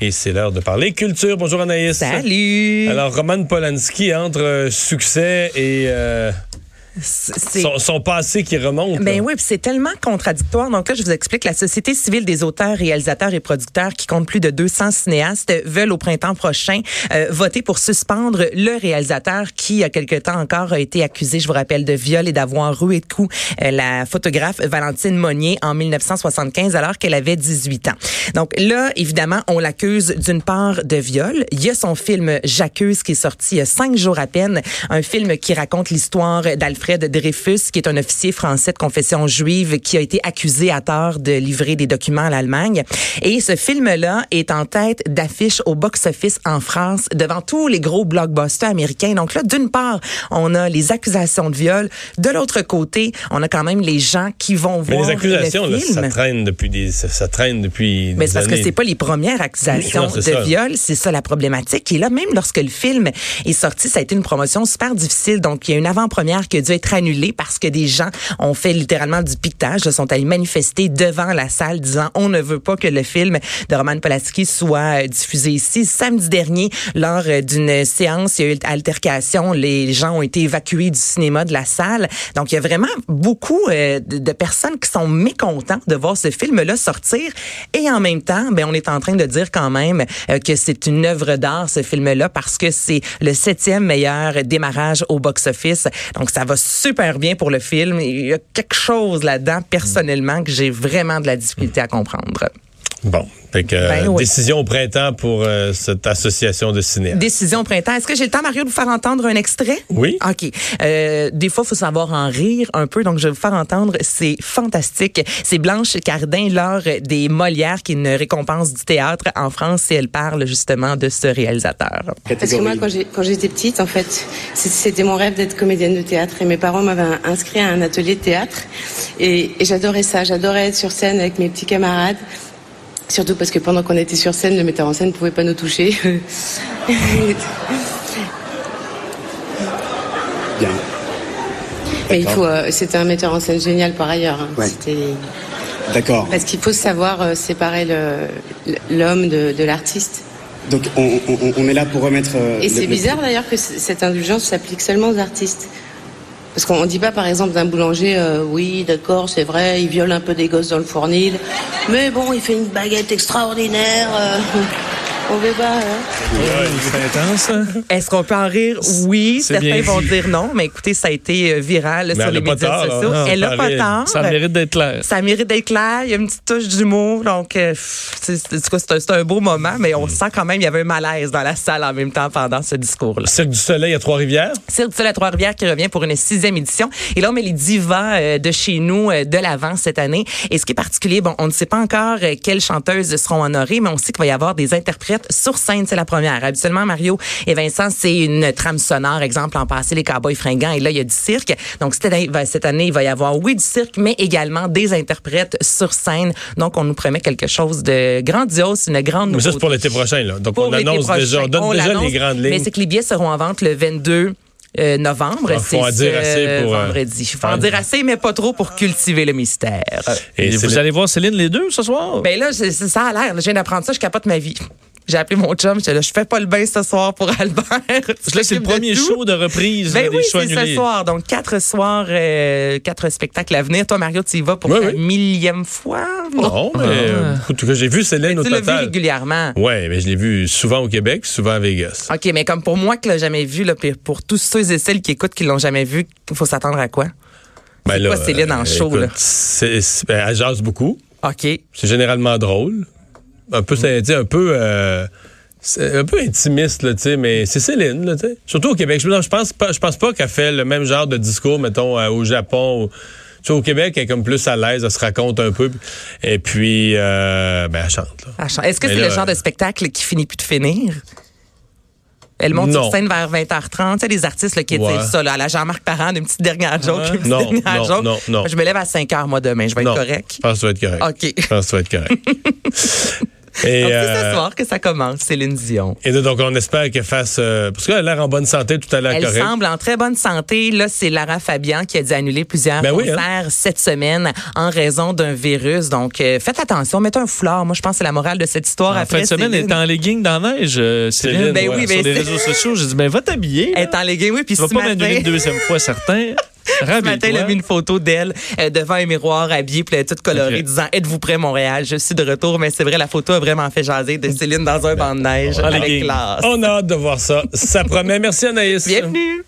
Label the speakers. Speaker 1: Et c'est l'heure de parler culture. Bonjour Anaïs.
Speaker 2: Salut.
Speaker 1: Alors, Roman Polanski, entre euh, succès et euh,
Speaker 2: C'est-
Speaker 1: son, son passé qui remonte. hein.
Speaker 2: Ben
Speaker 1: là.
Speaker 2: oui, puis c'est tellement contradictoire. Donc là, je vous explique, la Société civile des auteurs, réalisateurs et producteurs, qui compte plus de 200 cinéastes, veulent au printemps prochain euh, voter pour suspendre le réalisateur qui, il y a quelque temps encore, a été accusé, je vous rappelle, de viol et d'avoir rué de coups euh, la photographe Valentine Monnier en 1975 alors qu'elle avait 18 ans. Donc là, évidemment, on l'accuse d'une part de viol. Il y a son film J'accuse qui est sorti il y a cinq jours à peine, un film qui raconte l'histoire d'Alfred Dreyfus, qui est un officier français de confession juive qui a été accusé à tort de livrer des documents à l'Allemagne. Et ce film-là est en tête d'affiche au box-office en France devant tous les gros blockbusters américains. Donc là, d'une part, on a les accusations de viol. De l'autre côté, on a quand même les gens qui vont
Speaker 1: Mais
Speaker 2: voir
Speaker 1: les accusations,
Speaker 2: le
Speaker 1: là,
Speaker 2: film.
Speaker 1: ça traîne depuis des, ça, ça traîne depuis des
Speaker 2: Mais c'est parce que
Speaker 1: années.
Speaker 2: c'est pas les premières accusations
Speaker 1: Non,
Speaker 2: de
Speaker 1: c'est ça.
Speaker 2: viol, c'est ça la problématique. Et là, même lorsque le film est sorti, ça a été une promotion super difficile. Donc, il y a une avant-première qui a dû être annulée parce que des gens ont fait littéralement du piquetage, là, sont allés manifester devant la salle disant on ne veut pas que le film de Roman Polanski soit euh, diffusé ici. Samedi dernier, lors euh, d'une séance, il y a eu altercation, les gens ont été évacués du cinéma, de la salle. Donc, il y a vraiment beaucoup euh, de, de personnes qui sont mécontentes de voir ce film-là sortir. Et en même temps, ben, on est en train de dire quand même euh, que c'est une œuvre d'art, ce film-là, parce que c'est le septième meilleur démarrage au box-office. Donc, ça va super bien pour le film. Il y a quelque chose là-dedans, personnellement, que j'ai vraiment de la difficulté à comprendre.
Speaker 1: Bon, fait que, euh,
Speaker 2: Ben oui.
Speaker 1: décision au printemps pour euh, cette association de cinéastes.
Speaker 2: Décision au printemps. Est-ce que j'ai le temps, Mario, de vous faire entendre un extrait?
Speaker 1: Oui.
Speaker 2: OK. Euh, des fois, faut savoir en rire un peu, donc je vais vous faire entendre. C'est fantastique. C'est Blanche Cardin lors des Molières, qui est une récompense du théâtre en France, et elle parle justement de ce réalisateur.
Speaker 3: Parce que moi, quand j'ai- quand j'étais petite, en fait, c'est- c'était mon rêve d'être comédienne de théâtre. Et mes parents m'avaient inscrit à un atelier de théâtre. Et, et j'adorais ça. J'adorais être sur scène avec mes petits camarades. Surtout parce que pendant qu'on était sur scène, le metteur en scène ne pouvait pas nous toucher.
Speaker 4: Bien.
Speaker 3: Mais il
Speaker 4: D'accord.
Speaker 3: faut. euh, c'était un metteur en scène génial par ailleurs. hein.
Speaker 4: Ouais.
Speaker 3: C'était-
Speaker 4: D'accord.
Speaker 3: Parce qu'il faut savoir euh, séparer le- l'homme de- de l'artiste.
Speaker 4: Donc on, on- on est là pour remettre. euh,
Speaker 3: Et
Speaker 4: le-
Speaker 3: c'est
Speaker 4: le-
Speaker 3: bizarre d'ailleurs que c- cette indulgence s'applique seulement aux artistes. Parce qu'on ne dit pas par exemple d'un boulanger, euh, oui d'accord c'est vrai, il viole un peu des gosses dans le fournil, mais bon il fait une baguette extraordinaire, euh, on verra. pas. hein.
Speaker 5: C'est intense. hein?
Speaker 2: Est-ce qu'on peut en rire? Oui.
Speaker 5: c'est
Speaker 2: Certains
Speaker 5: bien
Speaker 2: vont
Speaker 5: dit.
Speaker 2: dire non, mais écoutez, ça a été euh, viral sur
Speaker 1: elle
Speaker 2: les
Speaker 1: a pas
Speaker 2: médias
Speaker 1: tort, là.
Speaker 2: sociaux.
Speaker 1: Non,
Speaker 2: elle a
Speaker 1: ça
Speaker 2: pas
Speaker 1: mérite-
Speaker 2: tort.
Speaker 5: Ça mérite d'être clair.
Speaker 2: euh, Ça mérite d'être clair. Il y a une petite touche d'humour. Donc, euh, pff, c'est c'est- en tout cas, c'est un, c'est un beau moment, mais on sent quand même qu'il y avait un malaise dans la salle en même temps pendant ce discours-là.
Speaker 1: Cirque du Soleil à Trois-Rivières.
Speaker 2: Cirque du Soleil à Trois-Rivières qui revient pour une sixième édition. Et là, on met les divas euh, de chez nous euh, de l'avant cette année. Et ce qui est particulier, bon, on ne sait pas encore euh, quelles chanteuses seront honorées, mais on sait qu'il va y avoir des interprètes sur scène. C'est la première. Habituellement, Mario et Vincent, c'est une trame sonore, exemple, en passé, les cowboys fringants. Et là, il y a du cirque. Donc, cette année, va- cette année, il va y avoir, oui, du cirque, mais également des interprètes sur scène. Donc, on nous promet quelque chose de grandiose, une grande
Speaker 1: Mais ça, c'est
Speaker 2: nouveauté
Speaker 1: pour l'été prochain, là. Donc,
Speaker 2: pour
Speaker 1: on
Speaker 2: l'été
Speaker 1: annonce
Speaker 2: prochain.
Speaker 1: déjà, on donne
Speaker 2: On
Speaker 1: déjà
Speaker 2: l'annonce,
Speaker 1: les grandes lignes.
Speaker 2: Mais c'est que les billets seront en vente le 22 euh, novembre.
Speaker 1: Ah, faut en
Speaker 2: ce
Speaker 1: dire assez pour, euh,
Speaker 2: vendredi. Faut en dire assez, mais pas trop pour cultiver le mystère.
Speaker 1: Et
Speaker 5: Et
Speaker 1: c'est
Speaker 5: vous
Speaker 1: le-
Speaker 5: allez voir Céline les deux ce soir?
Speaker 2: Ben là, c'est- c'est- ça a l'air. là. Je viens d'apprendre ça, je capote ma vie. J'ai appelé mon chum, je là, je fais pas le bain ce soir pour Albert.
Speaker 5: Parce que là,
Speaker 2: Je
Speaker 5: c'est le
Speaker 2: m'occupe de
Speaker 5: premier
Speaker 2: tout.
Speaker 5: show de reprise
Speaker 2: Ben
Speaker 5: là, des
Speaker 2: oui,
Speaker 5: shows
Speaker 2: c'est ce
Speaker 5: annulés.
Speaker 2: soir. Donc, quatre soirs, euh, quatre spectacles à venir. Toi, Mario, tu y vas pour
Speaker 1: Oui,
Speaker 2: la
Speaker 1: oui.
Speaker 2: millième fois.
Speaker 1: Non,
Speaker 5: Ah.
Speaker 1: mais euh, en tout cas, j'ai vu Céline au
Speaker 2: Tu l'as vu
Speaker 1: total.
Speaker 2: régulièrement.
Speaker 1: Ouais, mais je l'ai vu souvent au Québec, souvent à Vegas.
Speaker 2: OK, mais comme pour moi qui l'ai jamais vu, là, puis pour tous ceux et celles qui écoutent qui l'ont jamais vu, il faut s'attendre à quoi?
Speaker 1: Ben
Speaker 2: c'est quoi Céline en
Speaker 1: euh,
Speaker 2: show,
Speaker 1: écoute,
Speaker 2: là?
Speaker 1: c'est- c'est- ben, elle jase beaucoup.
Speaker 2: OK.
Speaker 1: C'est généralement drôle. Un peu, ça dit, un peu. euh, c'est un peu intimiste, là, tu sais, mais c'est Céline, là, tu sais. Surtout au Québec. Je, non, je pense pas, je pense pas qu'elle fait le même genre de discours, mettons, euh, au Japon. ou- tu sais, au Québec, elle est comme plus à l'aise, elle se raconte un peu. Et puis, euh, ben, elle chante, là.
Speaker 2: Ah, je- Est-ce que
Speaker 1: Mais
Speaker 2: c'est
Speaker 1: là, euh,
Speaker 2: le genre de spectacle qui finit plus de finir? Elle monte
Speaker 1: Non.
Speaker 2: sur scène vers 20h30. Tu sais, les artistes là, qui
Speaker 1: Ouais.
Speaker 2: disent ça, là, à la Jean-Marc Parent, une petite dernière joke, une petite
Speaker 1: Non,
Speaker 2: dernière
Speaker 1: non,
Speaker 2: joke.
Speaker 1: non, non.
Speaker 2: Je me lève à 5h, moi, demain. Je vais
Speaker 1: Non,
Speaker 2: être correct.
Speaker 1: Je pense que tu vas être correct.
Speaker 2: OK.
Speaker 1: Je pense que tu vas être correct. Et,
Speaker 2: Donc, c'est ce
Speaker 1: euh,
Speaker 2: soir que ça commence, Céline Dion.
Speaker 1: et donc, on espère qu'elle fasse. euh, parce qu'elle a l'air en bonne santé, tout à l'heure
Speaker 2: Elle
Speaker 1: correct.
Speaker 2: semble en très bonne santé. Là, c'est Lara Fabian qui a dû annuler plusieurs
Speaker 1: Ben oui,
Speaker 5: hein.
Speaker 2: concerts cette semaine en raison d'un virus. Donc, euh, faites attention, mettez un foulard. Moi, je pense que c'est la morale de cette histoire.
Speaker 5: En
Speaker 2: Après,
Speaker 5: fin de semaine, elle est
Speaker 2: Céline
Speaker 5: en legging dans la neige, euh, Céline.
Speaker 1: Ben oui,
Speaker 2: ben
Speaker 5: ouais, sur les
Speaker 2: c'est-
Speaker 5: réseaux sociaux, j'ai dit, ben va t'habiller. là.
Speaker 2: est en legging, oui. Puis
Speaker 5: Tu vas
Speaker 2: ce
Speaker 5: pas m'annuler
Speaker 2: matin,
Speaker 5: une deuxième fois, certain.
Speaker 2: ce matin, elle a mis une photo d'elle euh, devant un miroir habillée, puis elle est toute colorée,
Speaker 5: Ok.
Speaker 2: disant Êtes-vous prêt, Montréal Je suis de retour. Mais c'est vrai, la photo a vraiment fait jaser de Céline dans un banc de neige
Speaker 5: En
Speaker 2: avec
Speaker 5: legging.
Speaker 2: classe.
Speaker 1: On a hâte de voir ça. Ça promet. Merci, Anaïs.
Speaker 2: Bienvenue.